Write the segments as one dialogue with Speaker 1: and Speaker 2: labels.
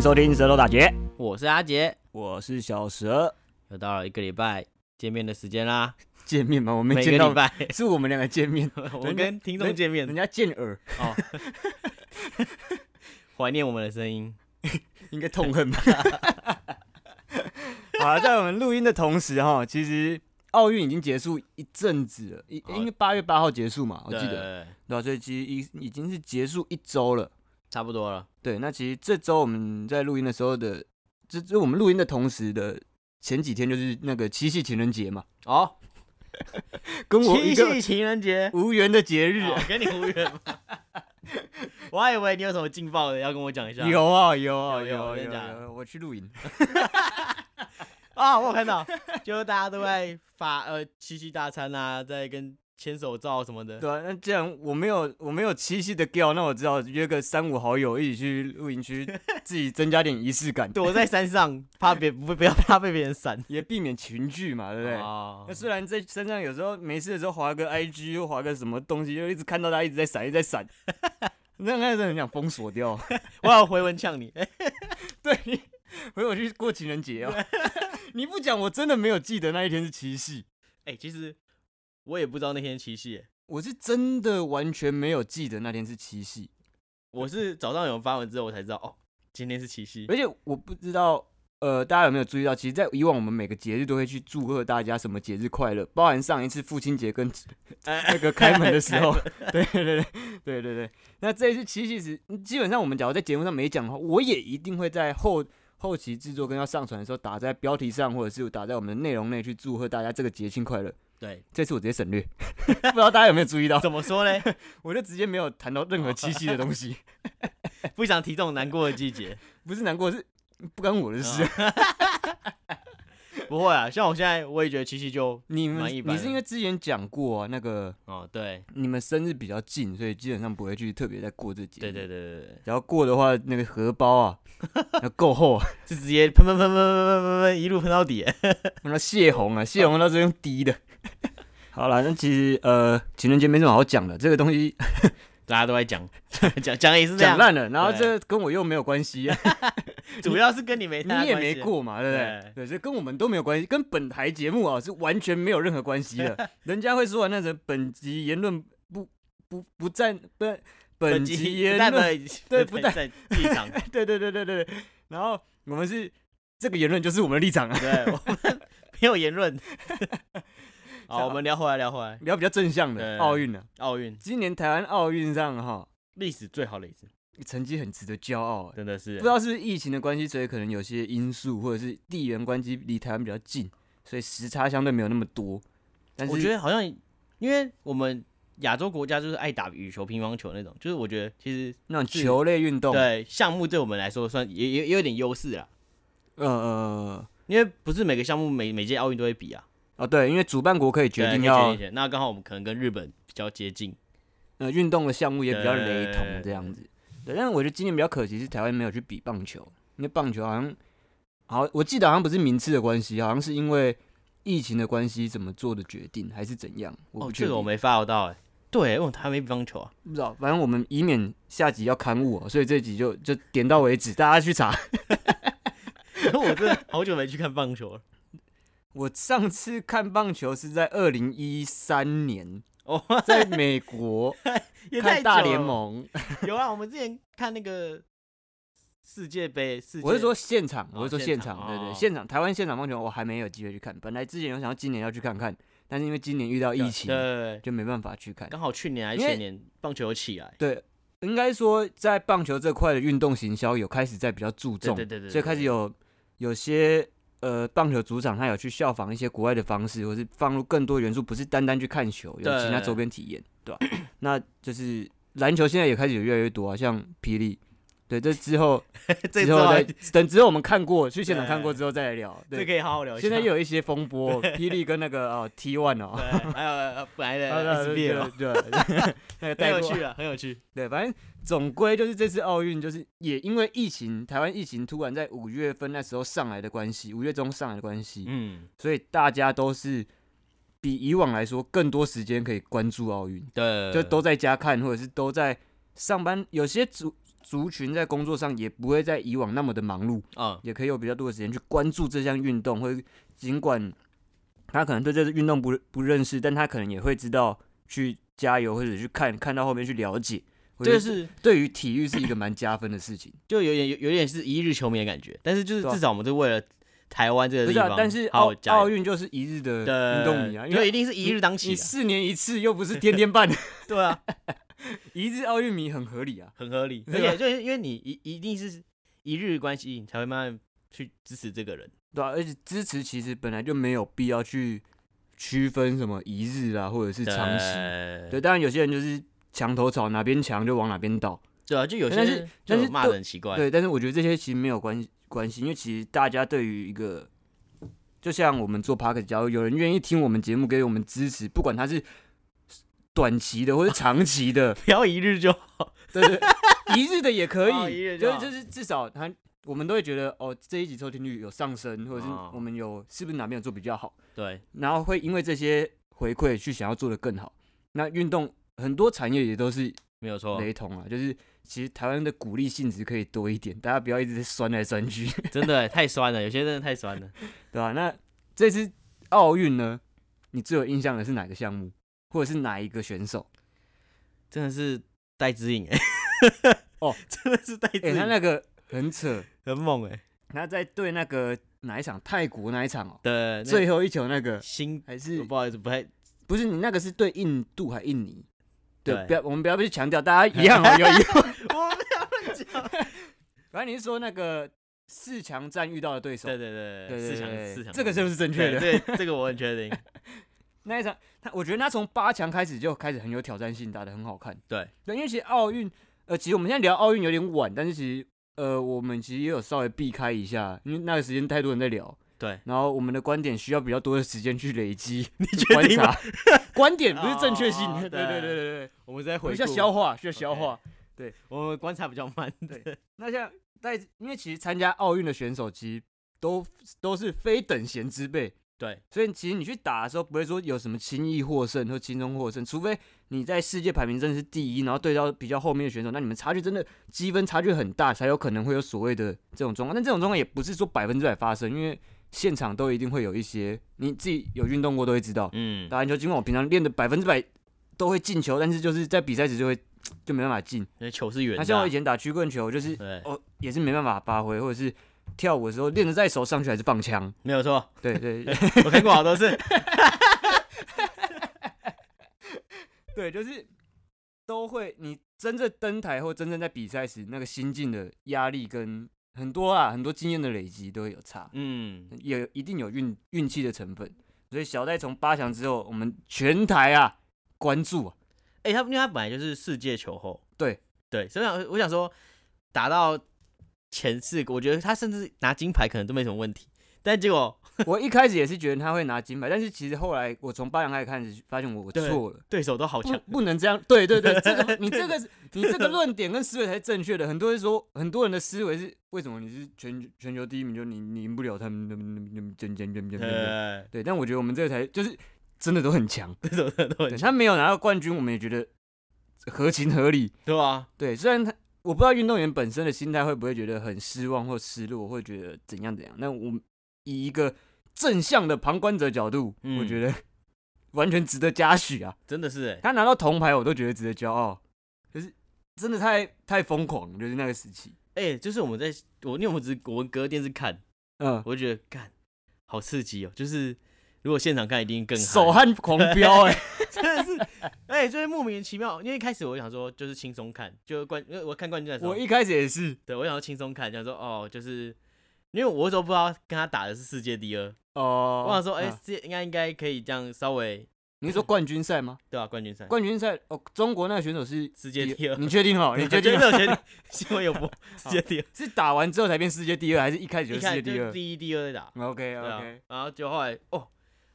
Speaker 1: 收听《舌头打劫》，
Speaker 2: 我是阿杰，
Speaker 1: 我是小蛇。
Speaker 2: 又到了一个礼拜见面的时间啦，
Speaker 1: 见面吗？我们
Speaker 2: 每
Speaker 1: 见
Speaker 2: 个
Speaker 1: 到
Speaker 2: 礼，拜
Speaker 1: 是我们两个见面，
Speaker 2: 我跟听众见
Speaker 1: 人
Speaker 2: 面，
Speaker 1: 家见 耳，
Speaker 2: 哦，怀念我们的声音，
Speaker 1: 应该痛 恨吧。好了，在我们录音的同时哈，其实奥运已经结束一阵子了，应
Speaker 2: 好
Speaker 1: 应该八月八号结束嘛，我记
Speaker 2: 对
Speaker 1: 得，
Speaker 2: 对对
Speaker 1: 对啊所以其实已已经是结束一周了。
Speaker 2: 差不多了，
Speaker 1: 对，那其实这周我们在录音的时候的，这这我们录音的同时的前几天就是那个七夕情人节嘛，
Speaker 2: 哦，
Speaker 1: 跟我一
Speaker 2: 七
Speaker 1: 个
Speaker 2: 夕情人节，
Speaker 1: 无缘的节日。啊
Speaker 2: 哦跟你无 缘吗？我还以为你有什么劲爆的要跟我讲一下，
Speaker 1: 有啊有啊
Speaker 2: 有有
Speaker 1: 有
Speaker 2: 真的假的
Speaker 1: 有有，我去露 营。
Speaker 2: 啊，我有看到，就是大家都在发呃七夕大餐啊，在跟牵手照什么的，
Speaker 1: 对啊，那既然我没有我没有七夕的 g a l 那我只好约个三五好友一起去露营 区，自己增加点仪式感，
Speaker 2: 躲在 山上，怕别不不要怕被别人闪，
Speaker 1: 也避免群聚嘛，对不对？
Speaker 2: 哦
Speaker 1: 那虽然在山上有时候没事的时候划个 IG 又划个什么东西，就一直看到他一直在闪，一直在 闪，那那真的很想封锁掉。
Speaker 2: 我要回文呛你，哎、
Speaker 1: 对，你回我去过情人节哦。 你不讲，我真的没有记得那一天是七夕，
Speaker 2: 哎其实我也不知道那天七夕，哎
Speaker 1: 我是真的完全没有记得那天是七夕，
Speaker 2: 我是早上有人发文之后我才知道，哦，今天是七夕，
Speaker 1: 而且我不知道。呃，大家有没有注意到？其实，在以往我们每个节日都会去祝贺大家什么节日快乐，包含上一次父亲节 跟
Speaker 2: 哎、
Speaker 1: 那个 开门的时候，对对对对对对。那这一次七夕时，嗯基本上我们假如在节目上没讲的话，我也一定会在后后期制作跟要上传的时候打在标题上，或者是打在我们的内容内去祝贺大家这个节庆快乐。
Speaker 2: 对，
Speaker 1: 这次我直接省略， 不知道大家有没有注意到，
Speaker 2: 怎么 说呢？
Speaker 1: 我就直接没有谈到任何七夕的东西，
Speaker 2: 不想提这种难过的季节，
Speaker 1: 不是难过，是不干我的事。
Speaker 2: 不会啊，像我现在我也觉得七夕就，
Speaker 1: 你们
Speaker 2: 蛮一般
Speaker 1: 你
Speaker 2: 的
Speaker 1: 是因为之前讲过啊，那个
Speaker 2: 哦，对，
Speaker 1: 你们生日比较近，所以基本上不会去特别在过这节。
Speaker 2: 对对。对对对，
Speaker 1: 只要过的话，那个荷包 啊要够厚啊，
Speaker 2: 是直接喷喷喷喷喷喷喷一路喷到底，哎
Speaker 1: 那泄洪啊，泄洪那是用滴的。 好了，那其实呃，情人节没什么好讲的，这个东 西
Speaker 2: 大家都在讲 讲讲也是这
Speaker 1: 讲
Speaker 2: 样，
Speaker 1: 烂了，然后
Speaker 2: 对
Speaker 1: 这跟我又没有关系、啊
Speaker 2: 主要是跟你没太大
Speaker 1: 你也
Speaker 2: 关
Speaker 1: 没
Speaker 2: 系啊，
Speaker 1: 过嘛，对不对
Speaker 2: 对？
Speaker 1: 对，所以跟我们都没有关系，跟本台节目啊是完全没有任何关系 的。人家会说啊完那种本集言论不不不占不本集
Speaker 2: 不
Speaker 1: 言
Speaker 2: 代
Speaker 1: 论，
Speaker 2: 表
Speaker 1: 对不
Speaker 2: 不
Speaker 1: 代
Speaker 2: 代在立场，
Speaker 1: 对对对对对对。然后我们是这个言论就是我们的立场啊，
Speaker 2: 对我们没有言论。好，我们聊回来，聊回来，
Speaker 1: 聊比较正向的
Speaker 2: 对
Speaker 1: 奥运啊。
Speaker 2: 奥运
Speaker 1: 今年台湾奥运上哈
Speaker 2: 历史最好的一次，
Speaker 1: 成绩很值得骄傲、欸。
Speaker 2: 真的是
Speaker 1: 不知道是不是疫情的关系，所以可能有些因素，或者是地缘关系离台湾比较近，所以时差相对没有那么多。但是
Speaker 2: 我觉得好像，因为我们亚洲国家就是爱打羽球、乒乓球那种，就是我觉得其实
Speaker 1: 那种
Speaker 2: 是
Speaker 1: 球类运动，
Speaker 2: 对项目对我们来说算也也也有点优势啦，
Speaker 1: 呃呃，
Speaker 2: 因为不是每个项目每每届奥运都会比啊，
Speaker 1: 哦，对，因为主办国可以决
Speaker 2: 对
Speaker 1: 定
Speaker 2: 可以
Speaker 1: 要
Speaker 2: 决定一下那刚好我们可能跟日本比较接近，
Speaker 1: 呃运动的项目也比较雷同
Speaker 2: 对
Speaker 1: 这样子。对，但是我觉得今年比较可惜是台湾没有去比棒球，因为棒球好像好，我记得好像不是名次的关系，好像是因为疫情的关系怎么做的决定，还是怎样？我
Speaker 2: 哦
Speaker 1: 不，确
Speaker 2: 这
Speaker 1: 定，
Speaker 2: 个我没发到哎、对，因为我台湾没乒乓球啊，
Speaker 1: 不知道。反正我们以免下集要刊物、哦，所以这集就就点到为止，大家去查。
Speaker 2: 我真的好久没去看棒球了。
Speaker 1: 我上次看棒球是在二零一三年，
Speaker 2: 哦，
Speaker 1: 在美国
Speaker 2: 也太
Speaker 1: 看
Speaker 2: 久
Speaker 1: 大
Speaker 2: 了
Speaker 1: 联盟。
Speaker 2: 有啊，我们之前看那个世界杯，世界
Speaker 1: 我是说现场，
Speaker 2: 哦
Speaker 1: 我是说现
Speaker 2: 现
Speaker 1: 场，
Speaker 2: 场
Speaker 1: 对对，
Speaker 2: 哦
Speaker 1: 现场台湾现场棒球我还没有机会去看，本来之前有想要今年要去看看，但是因为今年遇到疫情
Speaker 2: 对，对，对
Speaker 1: 就没办法去看。
Speaker 2: 刚好去年还是
Speaker 1: 因为
Speaker 2: 前年棒球有起来，
Speaker 1: 对，应该说在棒球这块的运动行销有开始在比较注
Speaker 2: 对
Speaker 1: 重
Speaker 2: 对，对对，
Speaker 1: 所以开始
Speaker 2: 有
Speaker 1: 有有些呃棒球主场它有去效仿一些国外的方式，或是放入更多元素，不是单单去看球，有其他
Speaker 2: 对
Speaker 1: 周边体验，对吧、 那就是篮球现在也开始有越来越多啊，像霹雳。对，这之后
Speaker 2: 这
Speaker 1: 之后
Speaker 2: 还
Speaker 1: 再等之后我们看过去现场
Speaker 2: 对
Speaker 1: 看过之后再来聊。
Speaker 2: 这
Speaker 1: 对，
Speaker 2: 可以好好聊一下。
Speaker 1: 现在又有一些风波，霹雳跟那个哦 T One 哦，
Speaker 2: 对，还有呃本来
Speaker 1: 啊
Speaker 2: 的 SBL，
Speaker 1: 对对，对 那个
Speaker 2: 哦很
Speaker 1: 带
Speaker 2: 有
Speaker 1: 过
Speaker 2: 趣。啊，很有趣。
Speaker 1: 对，反正总归就是这次奥运，就是也因为疫情，台湾疫情突然在五月份那时候上来的关系，五月中上来的关系，
Speaker 2: 嗯，
Speaker 1: 所以大家都是比以往来说更多时间可以关注奥运，
Speaker 2: 对，
Speaker 1: 就都在家看，或者是都在上班。有些主族群在工作上也不会在以往那么的忙碌，
Speaker 2: 嗯，
Speaker 1: 也可以有比较多的时间去关注这项运动，或者尽管他可能对这个运动不不认识，但他可能也会知道去加油或者去看看到后面去了解，我觉
Speaker 2: 这
Speaker 1: 得
Speaker 2: 个是
Speaker 1: 对于体育是一个蛮加分的事情。
Speaker 2: 就有点有有点是一日球迷的感觉，但是就是
Speaker 1: 对啊
Speaker 2: 至少我们是为了台湾这个
Speaker 1: 不
Speaker 2: 地
Speaker 1: 是啊
Speaker 2: 方好好加油，，
Speaker 1: 但是奥奥运就是一日的
Speaker 2: 对
Speaker 1: 运动迷啊，因
Speaker 2: 就
Speaker 1: 为
Speaker 2: 一定是一日当
Speaker 1: 你
Speaker 2: 起啊，
Speaker 1: 四年一次又不是天天办，
Speaker 2: 对啊，
Speaker 1: 一日奥运迷很合理啊。
Speaker 2: 很合理，而
Speaker 1: 对啊
Speaker 2: 且就是因为你一一定是一日关系，你才会慢慢去支持这个人，
Speaker 1: 对啊，而且支持其实本来就没有必要去区分什么一日啊，或者是长期。
Speaker 2: 期
Speaker 1: 对，
Speaker 2: 对
Speaker 1: 当然有些人就是墙头草，哪边强就往哪边倒。
Speaker 2: 对啊，就有些
Speaker 1: 但是
Speaker 2: 人
Speaker 1: 但
Speaker 2: 就是有骂
Speaker 1: 都
Speaker 2: 人奇怪，
Speaker 1: 对，但是我觉得这些其实没有关系关系，因为其实大家对于一个，就像我们做 p a r k 假如有人愿意听我们节目，给我们支持，不管他是短期的或是长期的
Speaker 2: ，不要一日就好，
Speaker 1: 对对，一日的也可
Speaker 2: 哦一
Speaker 1: 以，
Speaker 2: 日
Speaker 1: 就
Speaker 2: 就是好
Speaker 1: 就是至少他我们都会觉得哦，这一集收听率有上升，或者是
Speaker 2: 哦
Speaker 1: 我们有是不是哪边有做比较好。
Speaker 2: 对，
Speaker 1: 然后会因为这些回馈去想要做得更好。那运动很多产业也都是
Speaker 2: 没有错，
Speaker 1: 雷同啊，就是其实台湾的鼓励性质可以多一点，大家不要一直酸来酸去，
Speaker 2: 真的欸太酸了，有些真的太酸了。
Speaker 1: 对吧、那这次奥运呢，你最有印象的是哪个项目，或者是哪一个选手？
Speaker 2: 真的是戴之颖哎，
Speaker 1: 哦，
Speaker 2: 真的是戴之
Speaker 1: 哎、他
Speaker 2: 颖，
Speaker 1: 那个很扯，
Speaker 2: 很猛哎、
Speaker 1: 他在对那个哪一场泰国那一场哦，
Speaker 2: 对，那
Speaker 1: 最后一球那个
Speaker 2: 新，
Speaker 1: 还
Speaker 2: 我
Speaker 1: 是
Speaker 2: 不好意思，不太
Speaker 1: 不是你那个是对印度还印尼？对，
Speaker 2: 对
Speaker 1: 不要我们不要去强调，大家一样哦，有一
Speaker 2: 我不要乱讲。
Speaker 1: 反正你是说那个四强战遇到的对手，
Speaker 2: 对对对
Speaker 1: 对对
Speaker 2: 四强
Speaker 1: 对
Speaker 2: 四强，
Speaker 1: 这个是不是正
Speaker 2: 正
Speaker 1: 确的？
Speaker 2: 对，这个我很确定。
Speaker 1: 那一场，他我觉得他从八强开始就开始很有挑战性，打得很好看。
Speaker 2: 对
Speaker 1: 对，因为其实奥运，呃，其实我们现在聊奥运有点晚，但是其实呃，我们其实也有稍微避开一下，因为那个时间太多人在聊，
Speaker 2: 对，
Speaker 1: 然后我们的观点需要比较多的时间去累积
Speaker 2: 你
Speaker 1: 观
Speaker 2: 确定吗？
Speaker 1: 察，观点不是正确性，
Speaker 2: 哦
Speaker 1: 对对对对对，
Speaker 2: 我们在
Speaker 1: 我
Speaker 2: 回
Speaker 1: 们需要
Speaker 2: 顾，
Speaker 1: 消化，需要消
Speaker 2: OK
Speaker 1: 化。
Speaker 2: 我们观察比较 慢。
Speaker 1: 对那像在，因为其实参加奥运的选手其实都都是非等闲之辈，
Speaker 2: 对
Speaker 1: 所以其实你去打的时候不会说有什么轻易获胜或轻松获胜，除非你在世界排名真的是第一，然后对到比较后面的选手，那你们差距真的积分差距很大，才有可能会有所谓的这种状况。但这种状况也不是说百分之百发生，因为现场都一定会有一些你自己有运动过都会知道，
Speaker 2: 嗯，
Speaker 1: 打篮球尽管我平常练的百分之百都会进球，但是就是在比赛时就会就没办法进。
Speaker 2: 那球是圆
Speaker 1: 那
Speaker 2: 的啊。
Speaker 1: 像我以前打曲棍球，就是
Speaker 2: 对，
Speaker 1: 哦，也是没办法发挥，或者是跳舞的时候练得再熟，上去还是放 枪。
Speaker 2: 没有错，
Speaker 1: 对对
Speaker 2: 我看过好多次。
Speaker 1: 对，就是都会。你真正登台或真正在比赛时，那个心境的压力跟很多啊，很多经验的累积都会有差，
Speaker 2: 嗯，
Speaker 1: 也一定有运运气的成分。所以小戴从八强之后，我们全台啊关注啊，
Speaker 2: 哎，他因为他本来就是世界球后。
Speaker 1: 对
Speaker 2: 对，所以我想我想说，打到前四，我觉得他甚至拿金牌可能都没什么问题，但结果
Speaker 1: 我一开始也是觉得他会拿金牌，但是其实后来我从八强开始看，发现我我
Speaker 2: 对
Speaker 1: 错了。
Speaker 2: 对手都好
Speaker 1: 不
Speaker 2: 强。
Speaker 1: 不能这样，对对对，这个你这个你这个论点跟思维才是正确的。很多人说，很多人的思维是为什么你是全全球第一名，就你你赢不了他们，那么那么那么那么那么
Speaker 2: 对，啊
Speaker 1: 对，但我觉得我们这个才就是真的都很强，
Speaker 2: 对手真的都
Speaker 1: 对
Speaker 2: 很强，
Speaker 1: 他没有拿到冠军，我们也觉得合情合理。
Speaker 2: 对啊吧？
Speaker 1: 对，虽然他我不知道运动员本身的心态会不会觉得很失望或失落，会觉得怎样怎样。那我们以一个正向的旁观者角度，我
Speaker 2: 嗯
Speaker 1: 觉得 完全值得嘉许啊。
Speaker 2: 真的是哎，
Speaker 1: 他拿到铜牌，我都觉得值得骄傲，就是真的太太疯狂了，就是那个时期。
Speaker 2: 哎、就是我们在我因为我们只是我们隔电视看，
Speaker 1: 嗯，
Speaker 2: 我就觉得干好刺激哦，就是如果现场看一定更嗨
Speaker 1: 手汗狂飙哎、
Speaker 2: 真的是，哎、就是莫名其妙，因为一开始我想说就是轻松看，就冠因为我看冠军的时候
Speaker 1: 我，一开始也是
Speaker 2: 对我想说轻松看，想说哦就是。因为我都不知道跟他打的是世界第二，
Speaker 1: 哦，
Speaker 2: 我想说，哎、
Speaker 1: 嗯
Speaker 2: 这应该应该可以这样稍微
Speaker 1: 你是说冠军赛吗？
Speaker 2: 对吧、啊冠军赛，
Speaker 1: 冠军赛哦，中国那个选手是
Speaker 2: 嗯世界第二
Speaker 1: 你确 定哦？你确定
Speaker 2: 没
Speaker 1: 哦
Speaker 2: 有决定？新闻有 播世界第二，
Speaker 1: 是打完之后才变世界第二，还是一开始就
Speaker 2: 一
Speaker 1: 是世界
Speaker 2: 看
Speaker 1: 第
Speaker 2: 就
Speaker 1: 二
Speaker 2: 第一、第二在打，
Speaker 1: ？OK
Speaker 2: 对啊
Speaker 1: OK，，
Speaker 2: 然后就后来哦，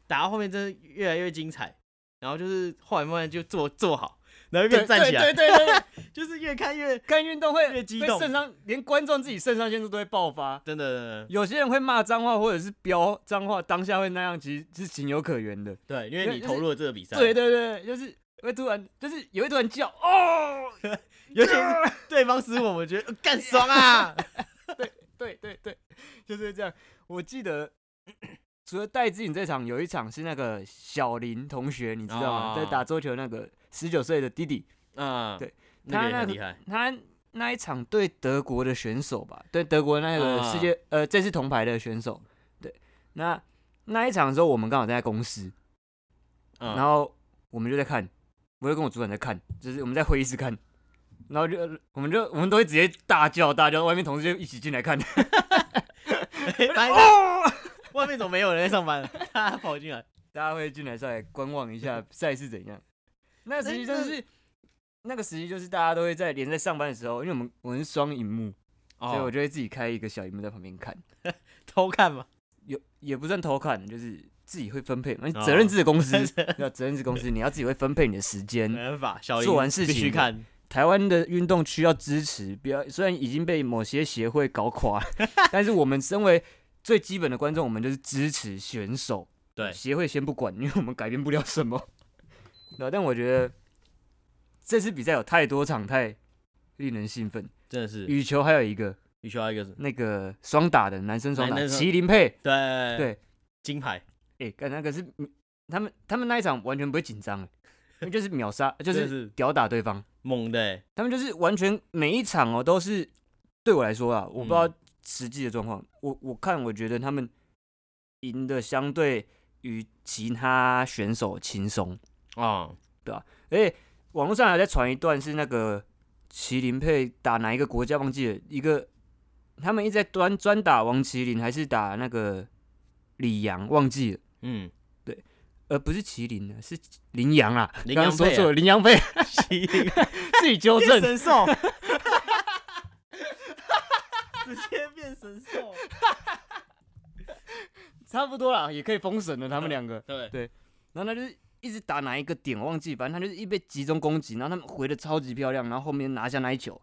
Speaker 2: 打到后面真的越来越精彩，然后就是后来慢慢就做做好，然后越站起来，
Speaker 1: 对对对对，对
Speaker 2: 就是越看越
Speaker 1: 看运动会
Speaker 2: 越激
Speaker 1: 会
Speaker 2: 动
Speaker 1: 肾上连观众自己肾上腺素都会爆发。
Speaker 2: 真的
Speaker 1: 有些人会骂脏话或者是飙脏话，当下会那样，其实是情有可原的。
Speaker 2: 对，因为你
Speaker 1: 就是
Speaker 2: 投入了这个比赛，
Speaker 1: 对对对，就是会突然就是也会突然叫哦，
Speaker 2: 尤其是对方失误，我们觉得呃干爽啊！
Speaker 1: 对对对， 就是这样。我记得除了戴志颖这场，有一场是那个小林同学，你知道吗？
Speaker 2: 啊
Speaker 1: 在打桌球那个十九岁的弟弟，
Speaker 2: 嗯，
Speaker 1: 啊对，
Speaker 2: 那
Speaker 1: 他
Speaker 2: 个也
Speaker 1: 那
Speaker 2: 很
Speaker 1: 个
Speaker 2: 厉害。
Speaker 1: 他那一场对德国的选手吧，对德国那个世界、呃这次铜牌的选手，对，那那一场的时候，我们刚好在公司，
Speaker 2: 嗯
Speaker 1: 然后我们就在看，我就跟我主管在看，就是我们在会议室看，然后就我们就我们都会直接大叫大叫，外面同事就一起进来看，
Speaker 2: 发现
Speaker 1: 哦
Speaker 2: 外面怎么没有人在上班？啊 他跑进来，
Speaker 1: 大家会进来再观望一下赛事怎样。那个时期真的是，那个时期就是大家都会在连在上班的时候，因为我们我们是双荧幕，所以我
Speaker 2: 哦，
Speaker 1: 就会自己开一个小荧幕在旁边看，
Speaker 2: 偷看嘛。
Speaker 1: 有也不算偷看，就是自己会分配嘛，
Speaker 2: 哦
Speaker 1: 责任制的公 司，要责任制公司，你要自己会分配你的时
Speaker 2: 没
Speaker 1: 间。
Speaker 2: 办法，小林
Speaker 1: 做完事
Speaker 2: 必须
Speaker 1: 情
Speaker 2: 看，
Speaker 1: 台湾的运动区要支持，不要虽然已经被某些协会搞垮， 但是我们身为最基本的观众，我们就是支持选手。
Speaker 2: 对
Speaker 1: 协会先不管，因为我们改变不了什么。 对啊，但我觉得这次比赛有太多场太令人兴奋。
Speaker 2: 真的是
Speaker 1: 羽球还有一个
Speaker 2: 必须要一个
Speaker 1: 那个双打的男生双打
Speaker 2: 男，生
Speaker 1: 麒麟配，
Speaker 2: 对
Speaker 1: 对
Speaker 2: 金牌，
Speaker 1: 哎、干那个是他们他们那一场完全不会紧张，哎因为就是秒 杀，就
Speaker 2: 真的
Speaker 1: 是
Speaker 2: 是
Speaker 1: 屌打对方。
Speaker 2: 猛的欸，
Speaker 1: 他们就是完全每一场哦，都是对我来说啊，我不知道实际的状况，我我看我觉得他们赢的相对于其他选手轻松，哦
Speaker 2: 啊，
Speaker 1: 而且网络上还在传一段是那个麒麟配打哪一个国家忘记了，一个他们一直在专专打王麒麟还是打那个李阳忘记了，
Speaker 2: 嗯，
Speaker 1: 呃不是麒麟啊，是羚羊啊，
Speaker 2: 羚
Speaker 1: 刚
Speaker 2: 羊
Speaker 1: 刚说
Speaker 2: 配啊
Speaker 1: 错了，羚羊配
Speaker 2: 麒麟
Speaker 1: 自己纠
Speaker 2: 变
Speaker 1: 正，
Speaker 2: 神兽，直接变神兽，
Speaker 1: 差不多啦，也可以封神了，他们两个。
Speaker 2: 对，
Speaker 1: 然后他就是一直打哪一个点我忘记，反正他就是一被集中攻击，然后他们回的超级漂亮，然后后面拿下那一球，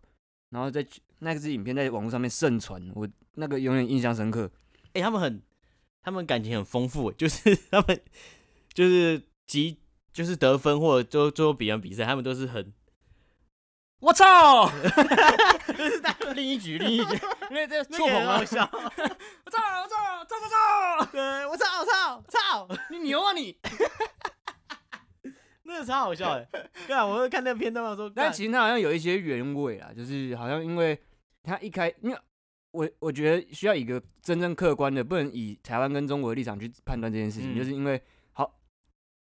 Speaker 1: 然后再去那支影片在网络上面盛传，我那个永远印象深刻。
Speaker 2: 哎，他们很，他们感情很丰富欸，就是 他们就是集就是得分或者最后最后比完比赛，他们都是很
Speaker 1: 我操！另一局，另一局，那这错捧
Speaker 2: 那个啊很
Speaker 1: 了
Speaker 2: 好！笑，
Speaker 1: 我操！我操！操操 操！
Speaker 2: 对我操我操我操！
Speaker 1: 你牛啊你！
Speaker 2: 那个超好笑的，干！我看那片段，我说，
Speaker 1: 但
Speaker 2: 干
Speaker 1: 其实他好像有一些原委啊，就是好像因为他一开，因为我我觉得需要一个真正客观的，不能以台湾跟中国的立场去判断这件事情，
Speaker 2: 嗯
Speaker 1: 就是因为好，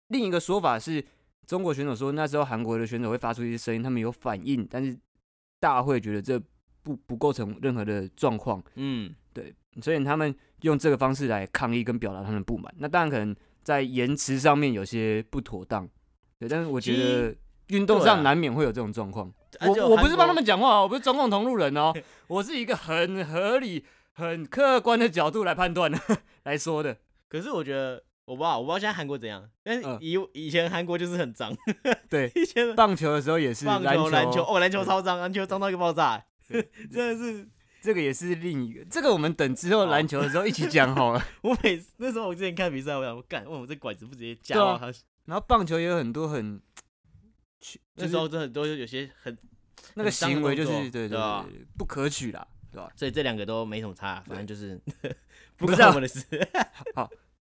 Speaker 1: 另一个说法是中国选手说那时候韩国的选手会发出一些声音，他们有反应，但是大会觉得这不不构成任何的状况，
Speaker 2: 嗯，
Speaker 1: 所以他们用这个方式来抗议跟表达他们的不满。那当然可能在言辞上面有些不妥当，对，但是我觉
Speaker 2: 其
Speaker 1: 得
Speaker 2: 实
Speaker 1: 运动
Speaker 2: 对
Speaker 1: 上
Speaker 2: 啊
Speaker 1: 难免会有这种状况。
Speaker 2: 啊
Speaker 1: 我我不是帮他，
Speaker 2: 就韩国
Speaker 1: 们讲话哦，我不是中共同路人哦， 我是一个很合理、很客观的角度来判断的来说的。
Speaker 2: 可是我觉得我不知道，我不知道现在韩国怎样，但是
Speaker 1: 嗯
Speaker 2: 以、以前韩国就是很脏，
Speaker 1: 对，
Speaker 2: 以前的
Speaker 1: 棒球的时候也是，
Speaker 2: 棒球、篮球，哦，篮球
Speaker 1: 对
Speaker 2: 超脏，篮球脏到一个爆炸，欸真的是
Speaker 1: 这个也是另一个，这个我们等之后
Speaker 2: 好
Speaker 1: 篮球的时候一起讲哦 好了。
Speaker 2: 我每次那时候我之前看比赛，我想我干，为什么这管子不直接
Speaker 1: 对
Speaker 2: 夹到
Speaker 1: 啊
Speaker 2: 他？
Speaker 1: 然后棒球也有很多很，去
Speaker 2: 那时候真的很多有些很，
Speaker 1: 那个行为就是
Speaker 2: 很
Speaker 1: 对对对
Speaker 2: 脏的动作对啊
Speaker 1: 对不可取啦，对吧？
Speaker 2: 所以这两个都没什么差，啊反正就是 不
Speaker 1: 不是啊
Speaker 2: 关我们的事。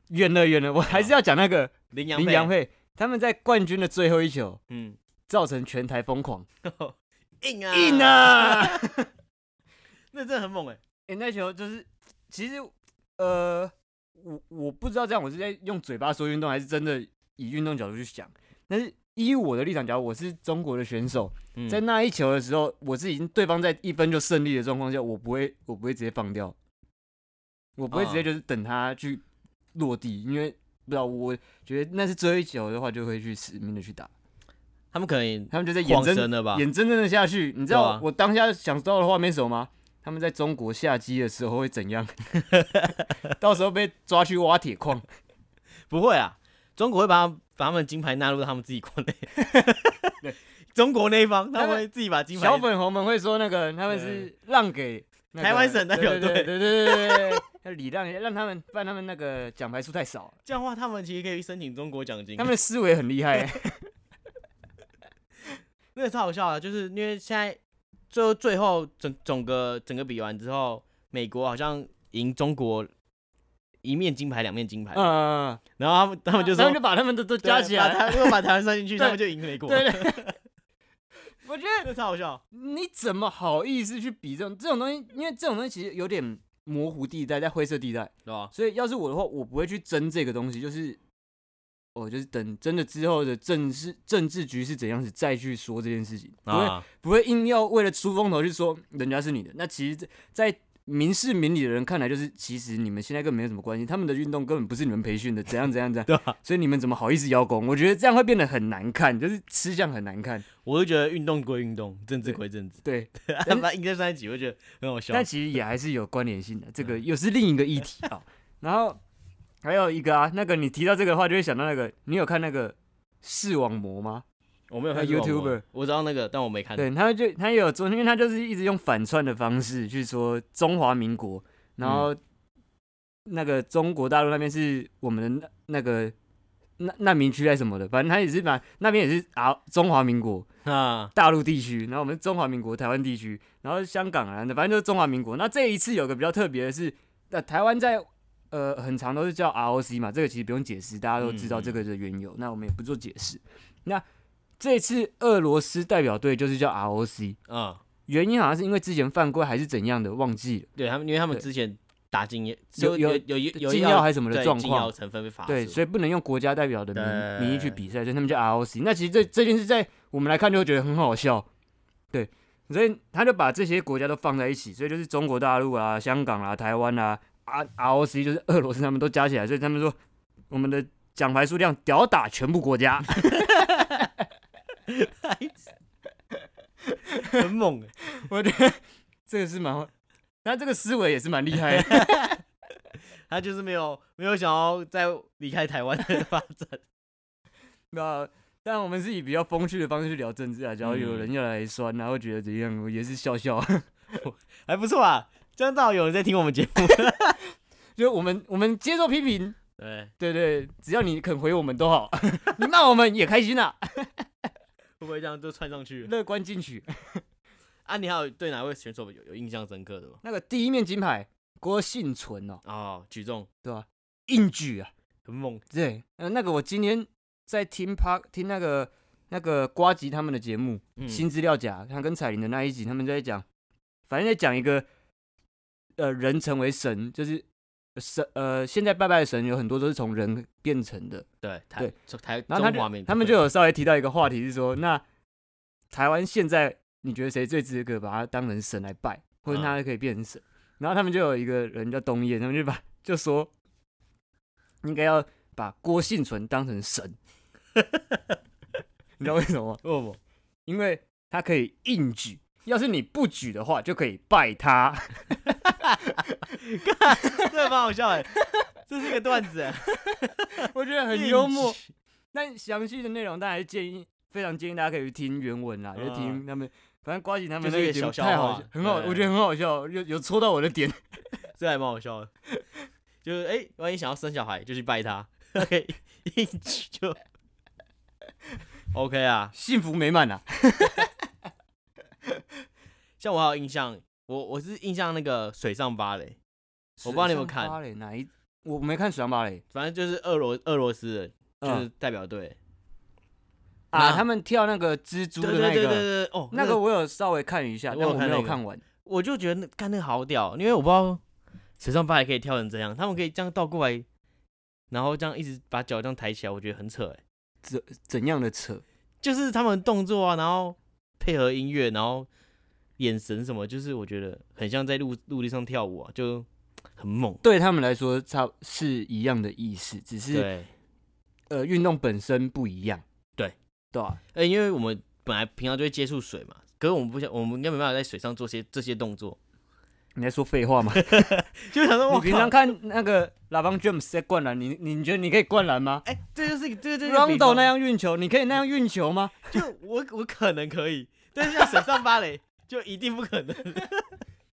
Speaker 1: 远了远了，我还是要讲那个
Speaker 2: 啊林
Speaker 1: 林
Speaker 2: 洋
Speaker 1: 洋，配，他们在冠军的最后一球
Speaker 2: 嗯，
Speaker 1: 造成全台疯狂，
Speaker 2: 硬啊
Speaker 1: 硬，啊！
Speaker 2: 那真的很猛哎、
Speaker 1: 欸，那球就是，其实，呃，我我不知道这样我是在用嘴巴说运动，还是真的以运动角度去想。但是依我的立场，假如我是中国的选手，
Speaker 2: 嗯
Speaker 1: 在那一球的时候，我是已经对方在一分就胜利的状况下，我不会，我不会直接放掉，我不会直接
Speaker 2: 啊
Speaker 1: 就是等他去落地，因为不知道，我觉得那是最后一球的话，就会去死命的去打，
Speaker 2: 他们可能
Speaker 1: 他们就在眼
Speaker 2: 晃
Speaker 1: 睁
Speaker 2: 神了吧？
Speaker 1: 眼睁睁的下去。你知
Speaker 2: 对
Speaker 1: 道
Speaker 2: 啊
Speaker 1: 我当下想到的画面是什么吗？他们在中国下机的时候会怎样？到时候被抓去挖铁矿，
Speaker 2: 不会啊，中国会把他把他们金牌纳入到他们自己国 内
Speaker 1: 对。
Speaker 2: 中国那一方，
Speaker 1: 他
Speaker 2: 他
Speaker 1: 们
Speaker 2: 们会自己把金牌
Speaker 1: 小粉红们会说那个他们是让给那个、
Speaker 2: 台湾省代表
Speaker 1: 对对
Speaker 2: 队
Speaker 1: 对对对对对，要礼让一下让他们，不然他们那个奖牌数太少了。
Speaker 2: 这样的话，他们其实可以申请中国奖金。
Speaker 1: 他们的思维很厉害、
Speaker 2: 那个超好笑的，就是因为现在最后最后整整个整个比完之后，美国好像赢中国一面金牌两面金牌，
Speaker 1: 嗯，
Speaker 2: 然后他们他们就
Speaker 1: 他
Speaker 2: 说
Speaker 1: 们就把他们的都
Speaker 2: 对
Speaker 1: 加起
Speaker 2: 把
Speaker 1: 来，
Speaker 2: 台如果把台湾算进去，
Speaker 1: 对
Speaker 2: 他们就赢美国，
Speaker 1: 对对。我觉得
Speaker 2: 那超 好笑。
Speaker 1: 你怎么好意思去比这种这种东西？因为这种东西其实有点模糊地带，在灰色地带。
Speaker 2: 对吧？
Speaker 1: 所以要是我的话，我不会去争这个东西，就是我就是等真的之后的政治政治局是怎样子再去说这件事情，不会、
Speaker 2: 啊，
Speaker 1: 不会硬要为了出风头去说人家是你的。那其实这，在民事民理的人看来，就是其实你们现在根本没有什么关系，他们的运动根本不是你们培训的，怎样怎样怎样，
Speaker 2: 对啊吧？
Speaker 1: 所以你们怎么好意思邀功？我觉得这样会变得很难看，就是吃相很难看。
Speaker 2: 我就觉得运动归运动，政治归政治，
Speaker 1: 对，
Speaker 2: 他们应该算在一起，我觉得很好笑。
Speaker 1: 但其实也还是有关联性的，这个又是另一个议题啊。然后还有一个啊，那个你提到这个的话，就会想到那个，你有看那个视网膜吗？
Speaker 2: 我没有看
Speaker 1: 那
Speaker 2: 这个网络
Speaker 1: YouTuber
Speaker 2: 我知道那个，但我没看。
Speaker 1: 对，他就他也有做，因为他就是一直用反串的方式去说中华民国，然后那个中国大陆那边是我们的那那个难难民区还是什么的，反正他也是把那边也是啊中华民国，
Speaker 2: 啊，
Speaker 1: 大陆地区，然后我们中华民国台湾地区，然后香港啊，反正就是中华民国。那这一次有个比较特别的是，那、台湾在呃很长都是叫 ROC 嘛，这个其实不用解释，大家都知道这个的缘由。那我们也不做解释。那这次俄罗斯代表队就是叫 ROC，
Speaker 2: 嗯，
Speaker 1: 原因好像是因为之前犯规还是怎样的，忘记了，
Speaker 2: 对他们，因为他们
Speaker 1: 对
Speaker 2: 之前打禁药，
Speaker 1: 有
Speaker 2: 有
Speaker 1: 有
Speaker 2: 有有
Speaker 1: 禁
Speaker 2: 药
Speaker 1: 药还是什么的
Speaker 2: 对
Speaker 1: 状
Speaker 2: 禁
Speaker 1: 况
Speaker 2: 药，成分被罚
Speaker 1: 对，
Speaker 2: 出
Speaker 1: 所以不能用国家代表的
Speaker 2: 对
Speaker 1: 名名义去比赛，所以他们叫 ROC。那其实这这件事在我们来看就会觉得很好笑，对，所以他就把这些国家都放在一起，所以就是中国大陆啊、香港啊、台湾啊、R ROC 就是俄罗斯，他们都加起来，所以他们说我们的奖牌数量屌打全部国家，
Speaker 2: 很猛欸，
Speaker 1: 我觉得这个是蛮好，那这个思维也是蛮厉害的。
Speaker 2: 他就是没有没有想要再离开台湾的发展。
Speaker 1: 那但我们是以比较风趣的方式去聊政治啊，只要有人要来酸啊，然后觉得怎样，我也是笑笑。
Speaker 2: 还不错啊，这样倒有人在听我们节目。
Speaker 1: 就是我们我们接受批评，
Speaker 2: 对，
Speaker 1: 对对，只要你肯回我们都好，你骂我们也开心啊，
Speaker 2: 会不会这样就串上去了？
Speaker 1: 乐观进取。
Speaker 2: 啊，你还有对哪位选手有有印象深刻的吗？
Speaker 1: 那个第一面金牌，郭幸存哦，
Speaker 2: 哦，举重
Speaker 1: 硬举啊，
Speaker 2: 很猛，
Speaker 1: 对，呃，那个我今天在听 p 听那个那个瓜吉他们的节目，
Speaker 2: 嗯
Speaker 1: 新资料夹，他跟彩玲的那一集，他们就在讲，反正在讲一个，呃，人成为神，就是神，呃，现在拜拜的神有很多都是从人变成的，
Speaker 2: 对台
Speaker 1: 对
Speaker 2: 中台
Speaker 1: 然后他
Speaker 2: 中华
Speaker 1: 就
Speaker 2: 民，
Speaker 1: 他们就有稍微提到一个话题是说，那台湾现在你觉得谁最值得把他当成神来拜，或者
Speaker 2: 嗯
Speaker 1: 他可以变成神？然后他们就有一个人叫东野，他们就把就说应该要把郭幸存当成神，你知道为什么吗？
Speaker 2: 为什么
Speaker 1: 因为他可以硬举，要是你不举的话，就可以拜他。
Speaker 2: 这蛮好笑哎，这是一个段子欸，
Speaker 1: 我觉得很幽默
Speaker 2: 硬。举。
Speaker 1: 但详细的内容，当然是建议，非常建议大家可以去听原文啦，
Speaker 2: 嗯
Speaker 1: 就听他们，反正瓜吉他们
Speaker 2: 就是
Speaker 1: 那
Speaker 2: 一
Speaker 1: 个
Speaker 2: 个
Speaker 1: 节目
Speaker 2: 小
Speaker 1: 太
Speaker 2: 笑
Speaker 1: 好
Speaker 2: 话
Speaker 1: 笑，很好，
Speaker 2: 对
Speaker 1: 我觉得很好笑，有有戳到我的点。
Speaker 2: 这还蛮好笑的。就是哎、诶万一想要生小孩，就去拜他，OK，一举就 OK 啊。
Speaker 1: 幸福美满啊！
Speaker 2: 像我还有印象，我我是印象那个水上芭蕾， 我不知道你有没有看
Speaker 1: 水上芭蕾哪一？我没看水上芭蕾，
Speaker 2: 反正就是俄罗俄罗斯人，就是
Speaker 1: 嗯
Speaker 2: 代表队、
Speaker 1: 啊，
Speaker 2: 那
Speaker 1: 他们跳那个蜘蛛
Speaker 2: 对
Speaker 1: 的
Speaker 2: 对
Speaker 1: 那
Speaker 2: 对对对
Speaker 1: 个，
Speaker 2: 对，哦，
Speaker 1: 那个我有稍微看一下，
Speaker 2: 我
Speaker 1: 但
Speaker 2: 有
Speaker 1: 我没
Speaker 2: 看那
Speaker 1: 有
Speaker 2: 个
Speaker 1: 看完。
Speaker 2: 我就觉得那干那个好屌，因为我不知道水上芭蕾可以跳成这样，他们可以这样倒过来，然后这样一直把脚这样抬起来，我觉得很扯哎。
Speaker 1: 怎样的扯？
Speaker 2: 就是他们动作啊，然后配合音乐，然后眼神什么，就是我觉得很像在陆陆地上跳舞啊，就很猛。
Speaker 1: 对他们来说，差是一样的意思，只是
Speaker 2: 对，
Speaker 1: 呃，运动本身不一样。
Speaker 2: 对，
Speaker 1: 对啊吧？
Speaker 2: 呃、因为我们本来平常就会接触水嘛，可是我们不想，我们应该没办法在水上做些这些动作，
Speaker 1: 你在说废话吗？
Speaker 2: 就想说我
Speaker 1: 你平常
Speaker 2: 靠，
Speaker 1: 看那个拉邦 James 在灌篮，你你觉得你可以灌篮吗
Speaker 2: 哎、这就是一个这就是一个比
Speaker 1: ？Rondo
Speaker 2: 方
Speaker 1: 那，样运球，你可以那样运球吗？
Speaker 2: 就我我可能可以，但是像水上芭蕾就一定不可 能。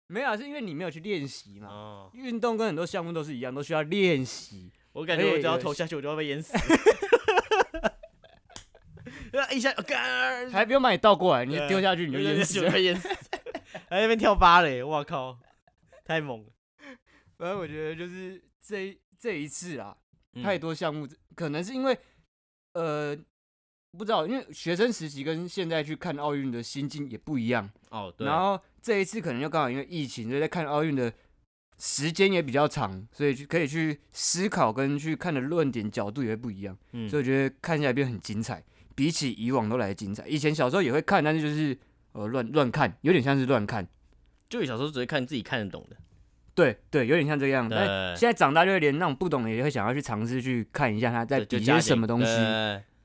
Speaker 1: 没有啊，是因为你没有去练习嘛。
Speaker 2: 哦，
Speaker 1: 运动跟很多项目都是一样，都需要练习。
Speaker 2: 我感觉我只
Speaker 1: 哎
Speaker 2: 要
Speaker 1: 有
Speaker 2: 投下去，我就要被淹死。 一下，干，
Speaker 1: 还不用把你倒过来，你
Speaker 2: 对啊
Speaker 1: 丢下去你就淹死啊
Speaker 2: 死，
Speaker 1: 了。
Speaker 2: 被淹死， 还在那边跳芭蕾，我靠，太猛了，
Speaker 1: 反正我觉得就是这一这一次啦，
Speaker 2: 嗯
Speaker 1: 太多项目，可能是因为呃不知道，因为学生时期跟现在去看奥运的心境也不一样。
Speaker 2: 哦，对，
Speaker 1: 然后这一次可能就刚好因为疫情，所以在看奥运的时间也比较长，所以去可以去思考跟去看的论点角度也会不一样，
Speaker 2: 嗯
Speaker 1: 所以我觉得看起来变得很精彩，比起以往都来得精彩。以前小时候也会看，但是就是呃乱乱看，有点像是乱看，
Speaker 2: 就小时候只会看自己看得懂的，
Speaker 1: 对对，有点像这个样子。但
Speaker 2: 对，
Speaker 1: 现在长大就会连那种不懂的也会想要去尝试去看一下他在
Speaker 2: 就
Speaker 1: 比
Speaker 2: 家
Speaker 1: 些
Speaker 2: 庭
Speaker 1: 什么东西。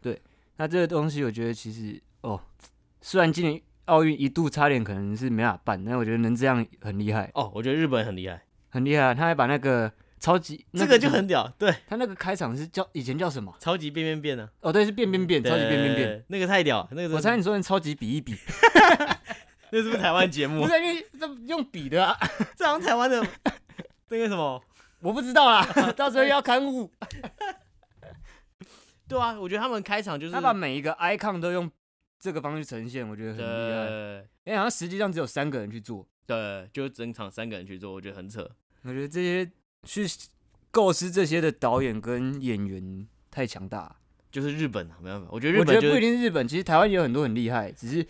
Speaker 2: 对
Speaker 1: 那这个东西我觉得其实哦，虽然今年奥运一度差点可能是没法办，但我觉得能这样很厉害，
Speaker 2: 哦，我觉得日本很厉害，
Speaker 1: 很厉害啊。他还把那个超级
Speaker 2: 这个就
Speaker 1: 那
Speaker 2: 很屌，对，
Speaker 1: 他那个开场是叫以前叫什么？
Speaker 2: 超级变变变呢，
Speaker 1: 哦，对，是变变变，超级变变变。
Speaker 2: 对，那个太屌，那个真的
Speaker 1: 我猜你说成超级比一比，
Speaker 2: 那是不是台湾节目
Speaker 1: 不？是因为这用比的啊，
Speaker 2: 这好像台湾的那个什么。
Speaker 1: 我不知道 啦，到时候要刊物。
Speaker 2: 对啊，我觉得他们开场就是
Speaker 1: 他把每一个 icon 都用这个方式呈现，我觉得很厉害。
Speaker 2: 对
Speaker 1: 哎、好像实际上只有三个人去做，
Speaker 2: 对，就整场三个人去做，我觉得很扯。
Speaker 1: 我觉得这些去构思这些的导演跟演员太强大了。
Speaker 2: 就是日本啊，没办法，我觉得日
Speaker 1: 我觉
Speaker 2: 本
Speaker 1: 得
Speaker 2: 就
Speaker 1: 不一
Speaker 2: 是，
Speaker 1: 定是日本，其实台湾也有很多很厉害，只是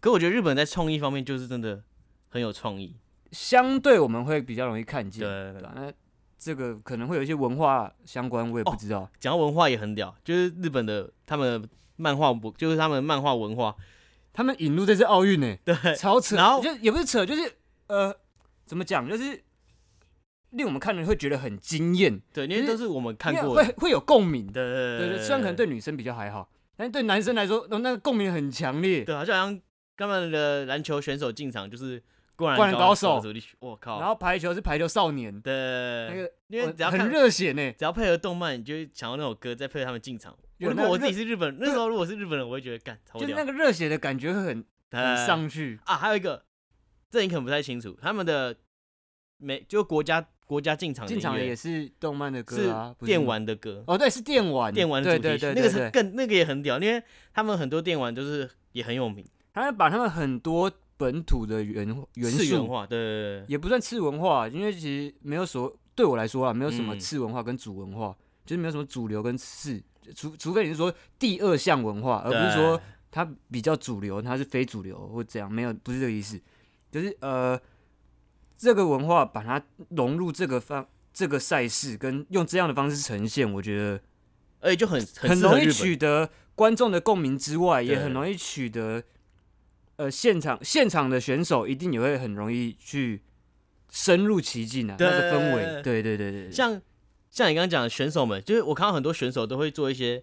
Speaker 2: 可我觉得日本在创意方面就是真的很有创意。
Speaker 1: 相对我们会比较容易看见，
Speaker 2: 对
Speaker 1: 对啊吧？那这个可能会有一些文化相关，我也不
Speaker 2: 哦
Speaker 1: 知道。
Speaker 2: 讲到文化也很屌，就是日本的他们的漫画不就是他们漫画文化，
Speaker 1: 他们引入这次奥运呢，
Speaker 2: 对，
Speaker 1: 超扯，
Speaker 2: 然后
Speaker 1: 就也不是扯，就是呃，怎么讲，就是令我们看了会觉得很惊艳，
Speaker 2: 对，因为都是我们看
Speaker 1: 因为
Speaker 2: 过的
Speaker 1: 会，会有共鸣的。
Speaker 2: 对对
Speaker 1: 对对，虽然可能对女生比较还好，但是对男生来说，哦那那个共鸣很强烈。
Speaker 2: 对啊，就好像他们的篮球选手进场就是灌
Speaker 1: 灌篮高手
Speaker 2: 手，我靠，
Speaker 1: 然后排球是排球少年，
Speaker 2: 对，
Speaker 1: 那个
Speaker 2: 因为
Speaker 1: 我
Speaker 2: 只要看
Speaker 1: 很热血呢。
Speaker 2: 只要配合动漫，你就会想要那首歌，再配合他们进场。
Speaker 1: 有
Speaker 2: 如
Speaker 1: 那
Speaker 2: 果我
Speaker 1: 热
Speaker 2: 自己是日本人，那时候如果是日本人，我会觉得干超
Speaker 1: 就
Speaker 2: 屌
Speaker 1: 那。个热血的感觉会很
Speaker 2: 呃
Speaker 1: 很上去。
Speaker 2: 啊，还有一个，这你可能不太清楚，他们的每就国家国家进场的
Speaker 1: 进场的
Speaker 2: 音乐
Speaker 1: 也是动漫的歌啊，
Speaker 2: 是
Speaker 1: 不是
Speaker 2: 电
Speaker 1: 吗
Speaker 2: 玩的歌，
Speaker 1: 哦，对，是电玩，
Speaker 2: 电玩主
Speaker 1: 对
Speaker 2: 题
Speaker 1: 对
Speaker 2: 曲
Speaker 1: 对，
Speaker 2: 那
Speaker 1: 对
Speaker 2: 个是
Speaker 1: 对，
Speaker 2: 更那个也很屌，因为他们很多电玩就是也很有名，
Speaker 1: 他把他们很多本土的元元
Speaker 2: 次元
Speaker 1: 素，
Speaker 2: 化，对对对对，
Speaker 1: 也不算次文化，因为其实没有所对我来说啊，没有什么
Speaker 2: 嗯
Speaker 1: 次文化跟主文化，就是没有什么主流跟次，除除非你是说第二项文化，而不是说
Speaker 2: 对
Speaker 1: 它比较主流，它是非主流或这样，没有，不是这个意思，就是呃，这个文化把它融入这个方这个赛事，跟用这样的方式呈现，我觉得
Speaker 2: 而且就很很
Speaker 1: 很
Speaker 2: 适合
Speaker 1: 容易
Speaker 2: 日本，
Speaker 1: 取得观众的共鸣之外，也
Speaker 2: 对
Speaker 1: 很容易取得呃现场现场的选手一定也会很容易去深入其境啊，那个氛围，对对对对，对
Speaker 2: 像像你刚刚讲的选手们，就是我看到很多选手都会做一些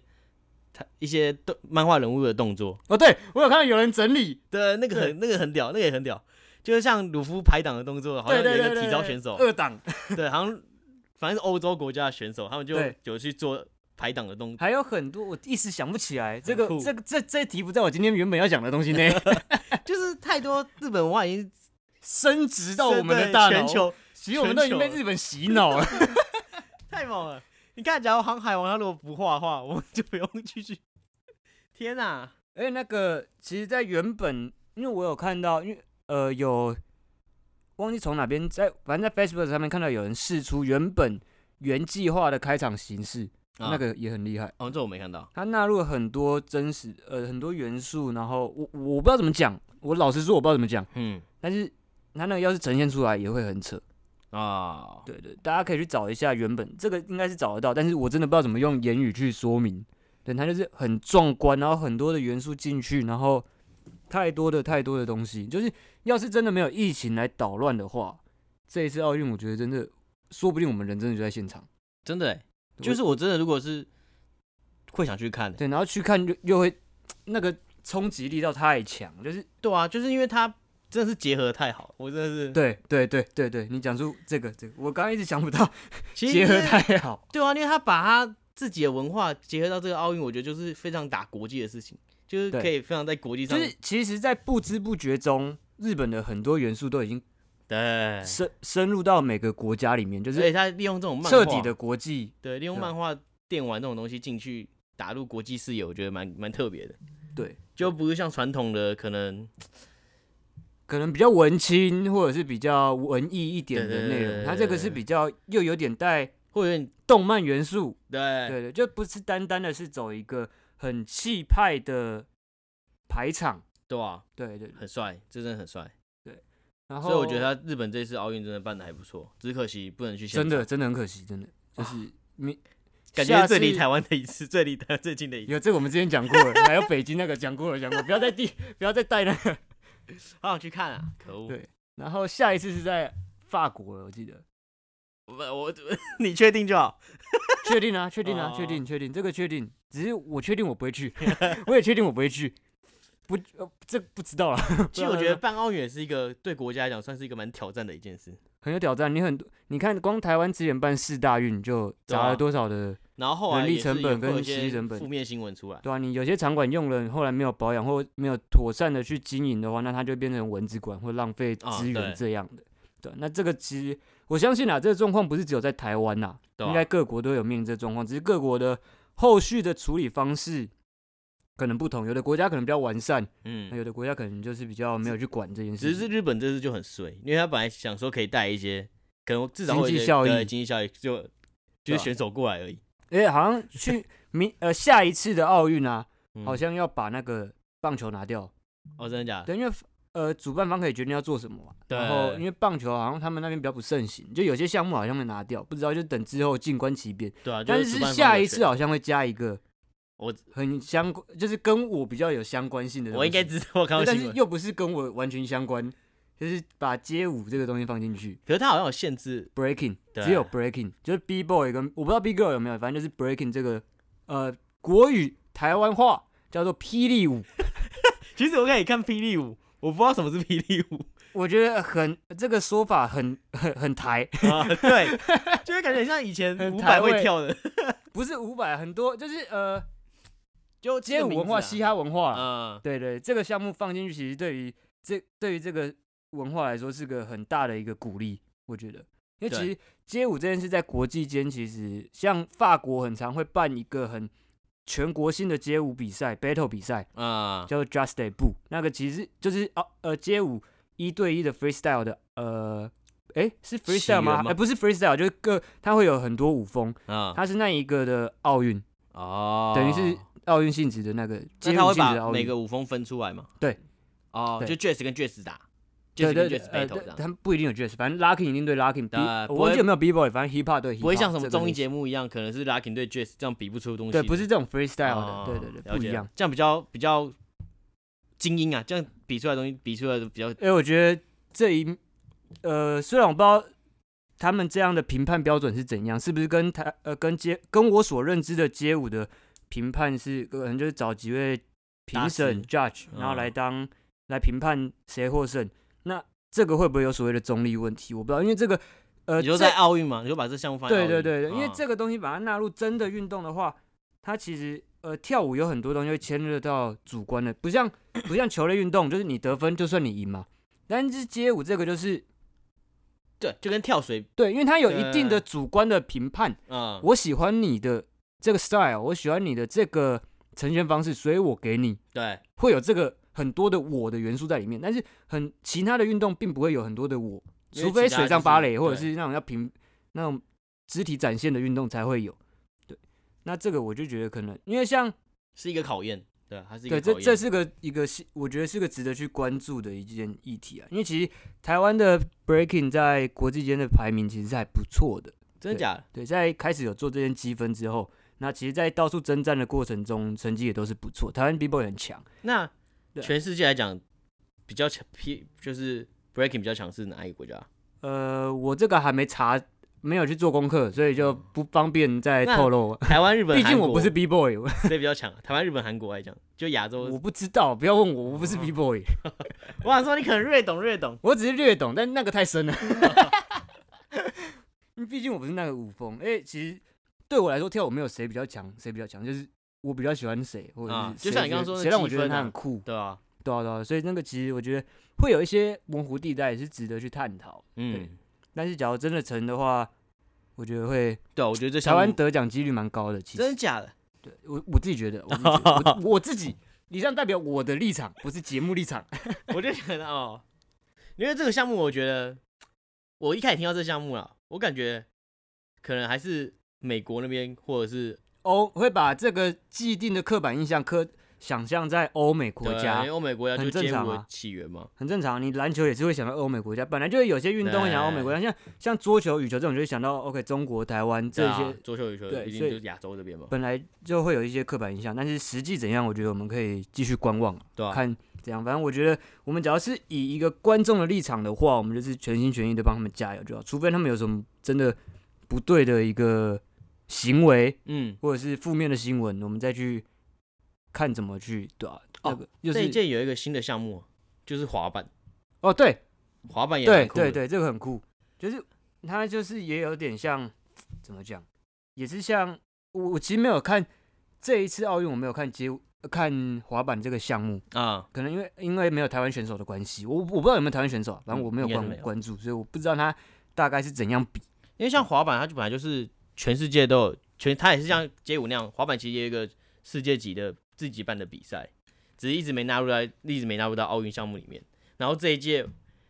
Speaker 2: 他一些动漫画人物的动作，
Speaker 1: 哦，对我有看到有人整理，
Speaker 2: 对，那个很那个很屌，那个也很屌，就是像鲁夫排档的动作，好
Speaker 1: 对
Speaker 2: 像有
Speaker 1: 对
Speaker 2: 一
Speaker 1: 对
Speaker 2: 个
Speaker 1: 对，
Speaker 2: 体操
Speaker 1: 对
Speaker 2: 选手，
Speaker 1: 二档，
Speaker 2: 对，好像反正是欧洲国家的选手，他们就
Speaker 1: 对
Speaker 2: 有去做排档的动作，
Speaker 1: 还有很多我一时想不起来，这个
Speaker 2: 酷
Speaker 1: 这个这这题不在我今天原本要讲的东 西内，
Speaker 2: 哎就是太多日本文化已经
Speaker 1: 升值到我们的
Speaker 2: 对
Speaker 1: 大脑
Speaker 2: 全，球
Speaker 1: 其实我们都已经被
Speaker 2: 全球
Speaker 1: 日本洗脑了，
Speaker 2: 太猛了。你看，假如航海王他如果不画的话，我们就不用继续。 天哪、
Speaker 1: 而且那个，其实，在原本，因为我有看到，因为呃，有忘记从哪边在，反正在 Facebook 上面看到有人试出原本原计划的开场形式，
Speaker 2: 啊
Speaker 1: 那个也很厉害。
Speaker 2: 哦，这我没看到。
Speaker 1: 它纳入了很多真实呃很多元素，然后我我不知道怎么讲，我老实说我不知道怎么讲，
Speaker 2: 嗯
Speaker 1: 但是它那个要是呈现出来也会很扯。
Speaker 2: 啊，
Speaker 1: 对对，大家可以去找一下原本这个应该是找得到，但是我真的不知道怎么用言语去说明。对，它就是很壮观，然后很多的元素进去，然后太多的太多的东西，就是要是真的没有疫情来捣乱的话，这一次奥运我觉得真的说不定我们人真的就在现场。
Speaker 2: 真的欸，
Speaker 1: 我
Speaker 2: 就是我真的如果是会想去看的。欸
Speaker 1: 对，然后去看又又会那个冲击力到太强，就是
Speaker 2: 对啊，就是因为他真的是结合得太好，我真的是。
Speaker 1: 对对对对对，你讲出这个这个，我刚刚一直想不到，
Speaker 2: 其实
Speaker 1: 结合
Speaker 2: 因为
Speaker 1: 太好。
Speaker 2: 对啊，因为他把他自己的文化结合到这个奥运，我觉得就是非常打国际的事情，就是
Speaker 1: 对
Speaker 2: 可以非常在国际
Speaker 1: 就
Speaker 2: 上。
Speaker 1: 是其实，在不知不觉中，日本的很多元素都已经
Speaker 2: 对，
Speaker 1: 深深入到每个国家里面，就
Speaker 2: 所
Speaker 1: 是
Speaker 2: 以哎他利用这种漫画
Speaker 1: 彻底的国际。
Speaker 2: 对，利用
Speaker 1: 对啊
Speaker 2: 漫画、电玩这种东西进去打入国际视野，我觉得蛮蛮特别的，
Speaker 1: 对，
Speaker 2: 就不是像传统的可能
Speaker 1: 可能比较文青或者是比较文艺一点的内
Speaker 2: 对对
Speaker 1: 容，
Speaker 2: 对
Speaker 1: 它这个是比较又有点带
Speaker 2: 会有点
Speaker 1: 动漫元素，
Speaker 2: 对
Speaker 1: 对对，就不是单单的是走一个很气派的排场，
Speaker 2: 对吧？
Speaker 1: 对对，对
Speaker 2: 很帅，这真的很帅。
Speaker 1: 然后
Speaker 2: 所以我觉得他日本这次奥运真的办的还不错，只可惜不能去现
Speaker 1: 真
Speaker 2: 场。啊
Speaker 1: 的真的很可惜，真的就是你
Speaker 2: 感觉
Speaker 1: 下
Speaker 2: 是
Speaker 1: 次
Speaker 2: 最离台湾的一次，最离台最近的一次。
Speaker 1: 有这个我们之前讲过了，还有北京那个讲过了讲过，不要再地 不要再带那个。
Speaker 2: 好想去看啊！可恶！
Speaker 1: 对然后下一次是在法国了，我记得，
Speaker 2: 我我 你确定 就好。
Speaker 1: 确定 啊，确定啊，
Speaker 2: 哦
Speaker 1: 确定确定，这个确定，只是我确定我不会去， 我也确定我不会去，不呃这不知道了，
Speaker 2: 其实我觉得办奥运也是一个对国家来讲算是一个蛮挑战的一件事。
Speaker 1: 很有挑战。你很多，你看光台湾之前办四大运就
Speaker 2: 对
Speaker 1: 砸
Speaker 2: 啊
Speaker 1: 了多少的，
Speaker 2: 然后后来
Speaker 1: 人力
Speaker 2: 也是有
Speaker 1: 成本跟
Speaker 2: 会有一些
Speaker 1: 实力成本
Speaker 2: 负面新闻出来，
Speaker 1: 对啊，你有些场馆用了，后来没有保养或没有妥善的去经营的话，那它就变成蚊子馆或浪费
Speaker 2: 啊
Speaker 1: 资源
Speaker 2: 对
Speaker 1: 这样的。对，啊那这个其实我相信啊，这个状况不是只有在台湾呐、
Speaker 2: 对啊
Speaker 1: 应该
Speaker 2: 吧？
Speaker 1: 各国都有面临这状况，只是各国的后续的处理方式可能不同，有的国家可能比较完善，那
Speaker 2: 嗯，
Speaker 1: 有的国家可能就是比较没有去管这件事
Speaker 2: 只
Speaker 1: 情。
Speaker 2: 是日本这次就很衰，因为他本来想说可以带一些，可能至少
Speaker 1: 经
Speaker 2: 会有
Speaker 1: 济
Speaker 2: 一些
Speaker 1: 效益
Speaker 2: 对经济效益就
Speaker 1: 对
Speaker 2: 就
Speaker 1: 啊
Speaker 2: 是选手过来而已。
Speaker 1: 哎、好像 去明呃下一次的奥运啊，
Speaker 2: 嗯
Speaker 1: 好像要把那个棒球拿掉，
Speaker 2: 哦，真的假的？
Speaker 1: 对，因为呃主办方可以决定要做什么嘛。啊然后
Speaker 2: 对
Speaker 1: 因为棒球好像他们那边比较不盛行，就有些项目好像会拿掉，不知道就等之后静观其变。
Speaker 2: 对啊，就
Speaker 1: 但
Speaker 2: 主
Speaker 1: 是
Speaker 2: 办方
Speaker 1: 下
Speaker 2: 有
Speaker 1: 一
Speaker 2: 选
Speaker 1: 次好哦像会加一个
Speaker 2: 我
Speaker 1: 很相关，就是跟我比较有相关性的东西。
Speaker 2: 我应该知道，我看
Speaker 1: 对
Speaker 2: 到
Speaker 1: 但
Speaker 2: 新
Speaker 1: 是
Speaker 2: 闻。
Speaker 1: 又不是跟我完全相关，就是把街舞这个东西放进去
Speaker 2: 可是他好像有限制，
Speaker 1: ，breaking
Speaker 2: 对
Speaker 1: 只有 breaking，就是 b boy 跟我不知道 b girl 有没有，反正就是 breaking 这个呃国语台湾话叫做霹雳舞，
Speaker 2: 其实我可以看霹雳舞，我不知道什么是霹雳舞
Speaker 1: 我觉得很这个说法很很很台，
Speaker 2: 啊，对，就是感觉很像以前
Speaker 1: 很
Speaker 2: 伍
Speaker 1: 台
Speaker 2: 佰
Speaker 1: 味
Speaker 2: 会跳的，
Speaker 1: 不是五百，很多就是呃
Speaker 2: 就这
Speaker 1: 街
Speaker 2: 个
Speaker 1: 舞
Speaker 2: 名
Speaker 1: 文
Speaker 2: 字
Speaker 1: 化、
Speaker 2: 啊
Speaker 1: 嘻哈文化，
Speaker 2: 嗯，
Speaker 1: 对对，这个项目放进去，其实对于这对于这个文化来说是个很大的一个鼓励，我觉得。因为其
Speaker 2: 对
Speaker 1: 实街舞这件事在国际间，其实像法国很常会办一个很全国性的街舞比赛 battle 比赛，
Speaker 2: 啊，
Speaker 1: 叫做 Just a b o o 那个其实就是哦呃街舞一对一的 freestyle 的呃，诶，是 freestyle 吗？
Speaker 2: 源
Speaker 1: 哎、
Speaker 2: 吗
Speaker 1: 不是 freestyle，就是各它会有很多舞风，
Speaker 2: 嗯，
Speaker 1: 它是那一个的奥运，
Speaker 2: 哦，
Speaker 1: 等于是奥运性质的那个
Speaker 2: 那
Speaker 1: 街
Speaker 2: 他
Speaker 1: 舞
Speaker 2: 会
Speaker 1: 性质的
Speaker 2: 把
Speaker 1: 奥
Speaker 2: 每
Speaker 1: 运。
Speaker 2: 个舞风分出来嘛？
Speaker 1: 对，
Speaker 2: 哦，
Speaker 1: 对
Speaker 2: 就 jazz 跟 jazz 打
Speaker 1: 对
Speaker 2: ，jazz
Speaker 1: 对
Speaker 2: 跟
Speaker 1: 对，
Speaker 2: jazz
Speaker 1: 呃
Speaker 2: battle 这
Speaker 1: 他
Speaker 2: 样，
Speaker 1: 们不一定有 jazz，反正 locking 一定对 locking，比
Speaker 2: 呃
Speaker 1: 我
Speaker 2: 不会
Speaker 1: 忘记有没有 b boy，反正 hip hop 对 hip hop，
Speaker 2: 不会像什么
Speaker 1: 这个
Speaker 2: 综艺
Speaker 1: 类型
Speaker 2: 节目一样，可能是 locking 对 jazz 这样比不出东西的。
Speaker 1: 对，不是这种 freestyle 的，
Speaker 2: 哦
Speaker 1: 对对对，
Speaker 2: 了
Speaker 1: 不
Speaker 2: 解
Speaker 1: 一样。，
Speaker 2: 这样比较比较精英啊，这样比出来的东西比出来的比较
Speaker 1: 因为我觉得这一呃，虽然我不知道他们这样的评判标准是怎样，是不是跟台呃跟街跟我所认知的街舞的评判是可能就是找几位评审 judge，
Speaker 2: 嗯
Speaker 1: 然后来当、来评判谁获胜。那这个会不会有所谓的中立问题？我不知道，因为这个呃，
Speaker 2: 你说
Speaker 1: 这
Speaker 2: 在奥运嘛，你就把这项目放在
Speaker 1: 对
Speaker 2: 奥
Speaker 1: 对
Speaker 2: 运
Speaker 1: 对对，因为
Speaker 2: 嗯
Speaker 1: 这个东西把它纳入真的运动的话，它其实呃跳舞有很多东西会牵涉到主观的，不像不像球类运动，就是你得分就算你赢嘛。但是街舞这个就是
Speaker 2: 对，就跟跳水，
Speaker 1: 对，因为它有一定的
Speaker 2: 对
Speaker 1: 主观的评判，
Speaker 2: 嗯，
Speaker 1: 我喜欢你的这个 style，我喜欢你的这个呈现方式，所以我给你
Speaker 2: 对，
Speaker 1: 会有这个很多的我的元素在里面。但是很其他的运动并不会有很多的我，
Speaker 2: 因为
Speaker 1: 除非
Speaker 2: 其他
Speaker 1: 水上
Speaker 2: 就是
Speaker 1: 芭蕾或者
Speaker 2: 对
Speaker 1: 是那种要平那种肢体展现的运动才会有。对，那这个我就觉得可能，因为像
Speaker 2: 是一个考验，对，它是一
Speaker 1: 对
Speaker 2: 个
Speaker 1: 这
Speaker 2: 考验
Speaker 1: 这是个一个是我觉得是个值得去关注的一件议题啊，因为其实台湾的 breaking 在国际间的排名其实是还不错的。
Speaker 2: 真的假的？
Speaker 1: 对，在开始有做这件积分之后，那其实，在到处征战的过程中，成绩也都是不错。台湾 B-boy 很强，
Speaker 2: 那
Speaker 1: 对
Speaker 2: 全世界来讲，比较强，批就是 breaking 比较强是哪一个国家？
Speaker 1: 呃，我这个还没查，没有去做功课，所以就不方便再
Speaker 2: 那
Speaker 1: 透露。
Speaker 2: 台湾、日本、
Speaker 1: 毕竟
Speaker 2: 韩
Speaker 1: 我
Speaker 2: 国
Speaker 1: 不是 B boy，我
Speaker 2: 谁比较强啊？台湾、日本、韩国来讲，就亚洲，
Speaker 1: 我不知道，不要问我，我不是
Speaker 2: 哦
Speaker 1: B boy，
Speaker 2: 我想说你可能略懂略懂，
Speaker 1: 我只是略懂，但那个太深了。 因为毕竟我不是那个舞风，哎、其实对我来说跳舞没有谁比较强，谁比较强，就是我比较喜欢谁，或者
Speaker 2: 啊
Speaker 1: 是谁
Speaker 2: 就像你
Speaker 1: 觉
Speaker 2: 刚刚
Speaker 1: 得
Speaker 2: 说的
Speaker 1: 谁让我
Speaker 2: 积
Speaker 1: 觉得
Speaker 2: 分
Speaker 1: 他
Speaker 2: 啊
Speaker 1: 很酷，
Speaker 2: 对啊，
Speaker 1: 对啊对啊，所以那个其实我觉得会有一些模糊地带，也是值得去探讨。
Speaker 2: 嗯，
Speaker 1: 但是假如真的成的话，我觉得会
Speaker 2: 对啊，我觉得这
Speaker 1: 台
Speaker 2: 项目
Speaker 1: 湾得奖几率蛮高的，其
Speaker 2: 真的
Speaker 1: 实
Speaker 2: 假的？
Speaker 1: 对我我自己觉得，我自己觉得我我自己以上代表我的立场，不是节目立场。
Speaker 2: 我就觉得哦，因为这个项目，我觉得我一开始听到这项目了，我感觉可能还是美国那边或者是
Speaker 1: 欧哦会把这个既定的刻板印象刻想象在欧美国
Speaker 2: 对因
Speaker 1: 家
Speaker 2: 为，欧美国家就
Speaker 1: 很正
Speaker 2: 街
Speaker 1: 常
Speaker 2: 舞的
Speaker 1: 啊
Speaker 2: 起源嘛，
Speaker 1: 很正常。你篮球也是会想到欧美国家，本来就是有些运动会想到欧美国家，像像桌球、羽球这种，就会想到 OK 中国、台湾
Speaker 2: 对
Speaker 1: 这
Speaker 2: 啊
Speaker 1: 些，
Speaker 2: 桌球、羽球
Speaker 1: 对
Speaker 2: 一定
Speaker 1: 所以
Speaker 2: 就是亚洲这边嘛，
Speaker 1: 本来就会有一些刻板印象。但是实际怎样，我觉得我们可以继续观望，
Speaker 2: 对吧、
Speaker 1: 看怎样。反正我觉得我们只要是以一个观众的立场的话，我们就是全心全意的帮他们加油就好，除非他们有什么真的不对的一个行为，
Speaker 2: 嗯，
Speaker 1: 或者是负面的新闻，我们再去看怎么去对啊？
Speaker 2: 哦
Speaker 1: 那个就
Speaker 2: 这一
Speaker 1: 是
Speaker 2: 届有一个新的项目，就是滑板，
Speaker 1: 哦，对
Speaker 2: 滑板也
Speaker 1: 对
Speaker 2: 蛮酷的
Speaker 1: 对对，这个很酷，就是它就是也有点像怎么讲，也是像我我其实没有看这一次奥运，我没有看街舞呃看滑板这个项目，
Speaker 2: 啊，
Speaker 1: 可能因为因为没有台湾选手的关系，我我不知道有没有台湾选手啊，反正我没有
Speaker 2: 嗯应该是
Speaker 1: 关
Speaker 2: 没有
Speaker 1: 关注，所以我不知道它大概是怎样比。
Speaker 2: 因为像滑板，它就本来就是全世界都有，全它也是像街舞那样，滑板其实也有一个世界级的自己办的比赛，只是一直没纳入到，一直没纳入到奥运项目里面。然后这一届，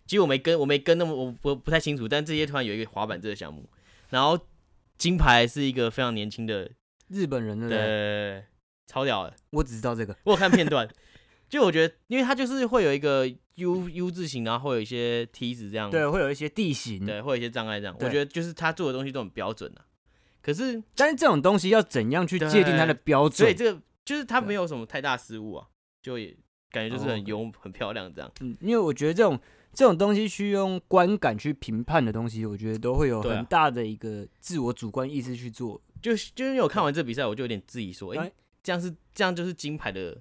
Speaker 2: 其实我没跟我没跟那么我不不太清楚，但这一届突然有一个滑板这个项目，然后金牌是一个非常年轻的，
Speaker 1: 日本人对不对？
Speaker 2: 对，超屌的，
Speaker 1: 我只知道这个，
Speaker 2: 我有看片段。就我觉得，因为它就是会有一个 U U 字形，然后会有一些梯子这样，
Speaker 1: 对，会有一些地形，
Speaker 2: 嗯对，会有一些障碍这样。我
Speaker 1: 对
Speaker 2: 觉得就是他做的东西都很标准啊。可是，
Speaker 1: 但是这种东西要怎样去界定它的标准？
Speaker 2: 所以这个就是他
Speaker 1: 对
Speaker 2: 没有什么太大失误啊，就也感觉就是
Speaker 1: 哦
Speaker 2: 很
Speaker 1: ，OK
Speaker 2: 优、很漂亮这样。
Speaker 1: 嗯，因为我觉得这种这种东西需用观感去评判的东西，我觉得都会有
Speaker 2: 对啊
Speaker 1: 很大的一个自我主观意识去做。
Speaker 2: 就是就是因为我看完这比赛，我就有点质疑说，哎、
Speaker 1: 哎
Speaker 2: 这样是这样就是金牌的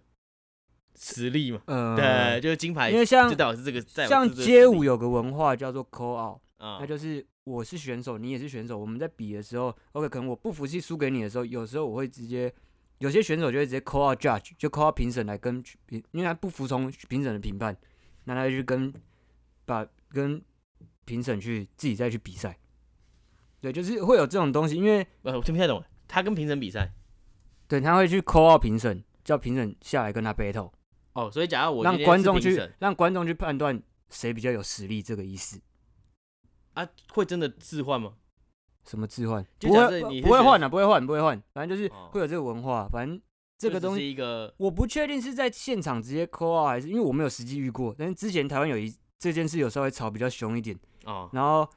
Speaker 2: 实力嘛？
Speaker 1: 呃，
Speaker 2: 对，，就是金牌，
Speaker 1: 因为
Speaker 2: 就
Speaker 1: 像
Speaker 2: 代表是这个在
Speaker 1: 像街舞有个文化叫做 call out，
Speaker 2: 啊
Speaker 1: 那，就是我是选手，你也是选手，我们在比的时候，OK，可能我不服气输给你的时候，有时候我会直接。有些选手就会直接 call out judge，就 call out 评审来跟评，因为他不服从评审的评判，那他就去跟把跟评审去自己再去比赛。对，就是会有这种东西，因为
Speaker 2: 呃，我听不太懂。他跟评审比赛
Speaker 1: 对，他会去 call out 评审，叫评审下来跟他 battle，
Speaker 2: 哦，所以假如我
Speaker 1: 让
Speaker 2: 今天
Speaker 1: 观
Speaker 2: 是
Speaker 1: 众
Speaker 2: 评
Speaker 1: 去
Speaker 2: 审
Speaker 1: 让观众去判断谁比较有实力，这个意思。
Speaker 2: 啊，会真的置换吗？
Speaker 1: 什么置换？
Speaker 2: 就
Speaker 1: 不
Speaker 2: 假
Speaker 1: 会
Speaker 2: 设你
Speaker 1: 不
Speaker 2: 是
Speaker 1: 不会
Speaker 2: 觉得
Speaker 1: 换的、不会换，不会换。反正就是
Speaker 2: 哦
Speaker 1: 会有这个文化，反正这
Speaker 2: 就
Speaker 1: 个
Speaker 2: 只
Speaker 1: 东
Speaker 2: 是
Speaker 1: 西
Speaker 2: 一个
Speaker 1: 我不确定是在现场直接 call out 还是因为我没有实际遇过，但是之前台湾有一这件事有稍微吵比较凶一点，
Speaker 2: 哦，
Speaker 1: 然后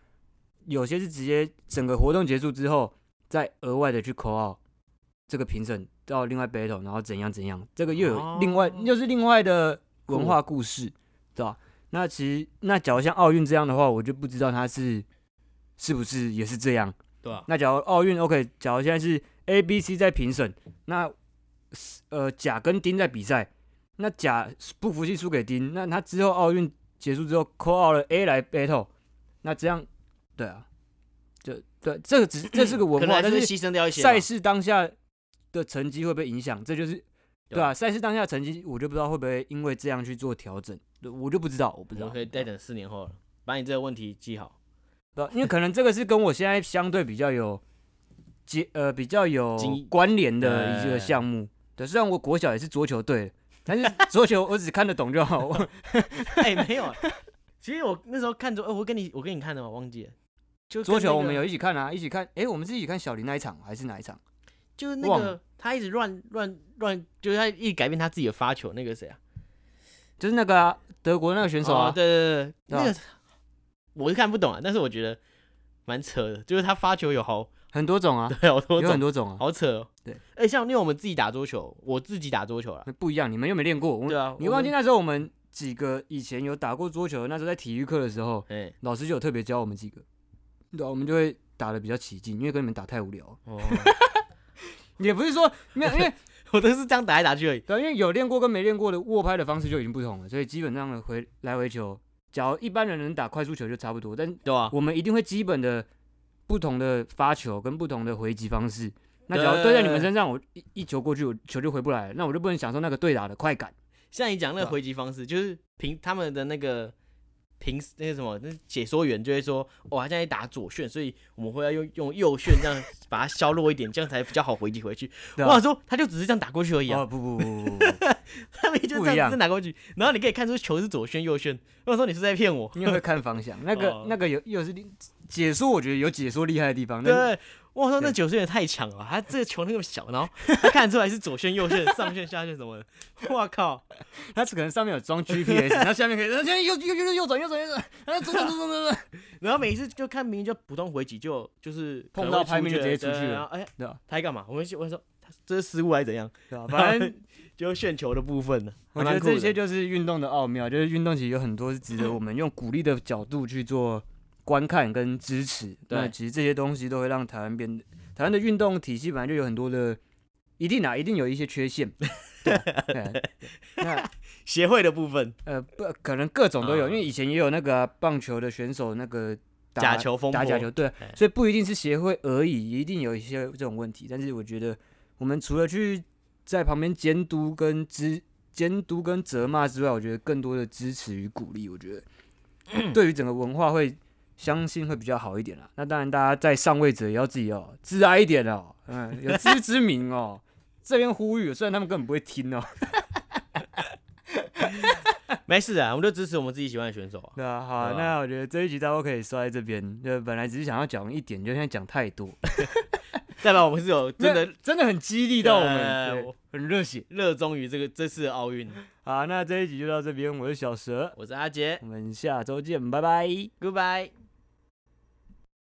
Speaker 1: 有些是直接整个活动结束之后再额外的去 call out 这个评审到另外 battle，然后怎样怎样，这个又有另外、
Speaker 2: 哦
Speaker 1: 又是另外的文化故事，对吧、那其实那假如像奥运这样的话，我就不知道它是是不是也是这样。
Speaker 2: 对啊，
Speaker 1: 那假如奥运 OK，假如现在是 A、B、C 在评审，那呃甲跟丁在比赛，那甲不服气输给丁，那他之后奥运结束之后 call out 了 A 来 battle，那这样对啊，就对，这个只是这是个
Speaker 2: 可
Speaker 1: 文
Speaker 2: 能
Speaker 1: 化，
Speaker 2: 还
Speaker 1: 但
Speaker 2: 是
Speaker 1: 是
Speaker 2: 牺牲掉一些嘛
Speaker 1: 赛事当下的成绩会被影响，这就是
Speaker 2: 对
Speaker 1: 对
Speaker 2: 啊
Speaker 1: 啊，赛事当下成绩我就不知道会不会因为这样去做调整，我就不知道，我不知
Speaker 2: 我
Speaker 1: 道啊
Speaker 2: 们可，以再等四年后了，把你这个问题记 好。
Speaker 1: 对啊因为可能这个是跟我现在相对比较有接呃比较有
Speaker 2: 经
Speaker 1: 关联的一个
Speaker 2: 呃
Speaker 1: 项目。对，虽然我国小也是桌球队，但是桌球我只看得懂就好。我
Speaker 2: 哎、没有啊。其实我那时候看着，哎、我跟你我跟你看的嘛，忘记了。就跟
Speaker 1: 桌球
Speaker 2: 那
Speaker 1: 我们
Speaker 2: 个
Speaker 1: 有一起看啊，一起看。诶，我们是一起看小林那一场还是哪一场？
Speaker 2: 就是那
Speaker 1: 忘
Speaker 2: 个他一直乱乱乱，就是他一直改变他自己的发球，那个谁啊？
Speaker 1: 就是那个啊、德国那个选手啊，
Speaker 2: 哦对对对，
Speaker 1: 对啊
Speaker 2: 那个我是看不懂啊，但是我觉得蛮扯的，就是他发球有好
Speaker 1: 很多种啊，
Speaker 2: 对好多
Speaker 1: 有很
Speaker 2: 种，
Speaker 1: 多种啊，
Speaker 2: 好扯、哦。
Speaker 1: 对，
Speaker 2: 哎、像因为我们自己打桌球，我自己打桌球啦，
Speaker 1: 那不一样。你们又没练过，我
Speaker 2: 对啊，
Speaker 1: 你
Speaker 2: 我
Speaker 1: 忘记
Speaker 2: 们？
Speaker 1: 那时候我们几个以前有打过桌球，那时候在体育课的时候，
Speaker 2: 哎、
Speaker 1: 老师就有特别教我们几个，对啊、我们就会打的比较起劲，因为跟你们打太无聊了。
Speaker 2: 哦，
Speaker 1: 也不是说没有，因为
Speaker 2: 我都是这样打来打去而已。
Speaker 1: 对，啊因为有练过跟没练过的握拍的方式就已经不同了，所以基本上的回来回球，假如一般人能打快速球就差不多，但
Speaker 2: 对啊，
Speaker 1: 我们一定会基本的不同的发球跟不同的回击方式。那
Speaker 2: 对
Speaker 1: 假如对在你们身上，我一一球过去，我球就回不来了，那我就不能享受那个对打的快感。
Speaker 2: 像你讲那
Speaker 1: 对
Speaker 2: 个
Speaker 1: 啊
Speaker 2: 回击方式，就是凭他们的那个评那个什么那解说员就会说，哦，他现在打左旋，所以我们会要用用右旋这样把它削弱一点，这样才比较好回击回去。
Speaker 1: 对
Speaker 2: 我
Speaker 1: 啊
Speaker 2: 想说，他就只是这样打过去而已啊，
Speaker 1: 哦不不不 不不，不
Speaker 2: 他们就
Speaker 1: 不
Speaker 2: 这
Speaker 1: 一
Speaker 2: 样
Speaker 1: 样
Speaker 2: 子打过去，然后你可以看出球是左旋右旋。我想说你是在骗我，
Speaker 1: 因为会看方向，那
Speaker 2: 哦
Speaker 1: 个那个有又是另解说，我觉得有解说厉害的地方，那
Speaker 2: 对，我想说那
Speaker 1: 对
Speaker 2: 九十也太强了，他这个球那么小，然后他看得出来是左旋右旋上旋下旋什么的，我靠，
Speaker 1: 它可能上面有装 GPS，然后下面可以，然后现在右右右右转右转右转，然后左转左转左转，
Speaker 2: 然后每一次就看明明就普通回击就就是
Speaker 1: 碰
Speaker 2: 可能
Speaker 1: 到
Speaker 2: 会出
Speaker 1: 拍面就直
Speaker 2: 界
Speaker 1: 接出
Speaker 2: 对
Speaker 1: 去了
Speaker 2: 然后哎，
Speaker 1: 对啊
Speaker 2: 他在干嘛？我们我说他这是失误还是怎样？
Speaker 1: 对吧？ 反正
Speaker 2: 就是炫球的部分呢，
Speaker 1: 我
Speaker 2: 还
Speaker 1: 觉
Speaker 2: 蛮
Speaker 1: 得
Speaker 2: 酷的
Speaker 1: 这些就是运动的奥妙，就是运动其实有很多是值得我们用鼓励的角度去做观看跟支持。那
Speaker 2: 对
Speaker 1: 其实这些东西都会让台湾变，台湾的运动体系本来就有很多的，一定啊，一定有一些缺 陷。对啊对啊那
Speaker 2: 协会的部分，
Speaker 1: 呃不，可能各种都有，
Speaker 2: 嗯
Speaker 1: 因为以前也有那个啊、棒球的选手那个打
Speaker 2: 假球风
Speaker 1: 打
Speaker 2: 波
Speaker 1: 假球，对啊
Speaker 2: 哎，
Speaker 1: 所以不一定是协会而已，一定有一些这种问题。但是我觉得，我们除了去在旁边监督跟支监督跟责骂之外，我觉得更多的支持与鼓励，我觉 得对于整个文化会相信会比较好一点啦。那当然，大家在上位者也要自己哦自爱一点哦，嗯，有自知之明哦。这边呼吁，虽然他们根本不会听哦。
Speaker 2: 没事啊，我们就支持我们自己喜欢的选手啊。
Speaker 1: 对啊，好啊，
Speaker 2: 对啊
Speaker 1: 那我觉得这一集大家可以说在这边。就本来只是想要讲一点，就现在讲太多，
Speaker 2: 代表我们是有 真的
Speaker 1: 那真的很激励到我
Speaker 2: 呃
Speaker 1: 们，对
Speaker 2: 我
Speaker 1: 很热血。
Speaker 2: 热衷于这个这次的奥运。
Speaker 1: 好，那这一集就到这边，我是小蛇，
Speaker 2: 我是阿杰
Speaker 1: 我们下周见，拜拜。
Speaker 2: ，Goodbye。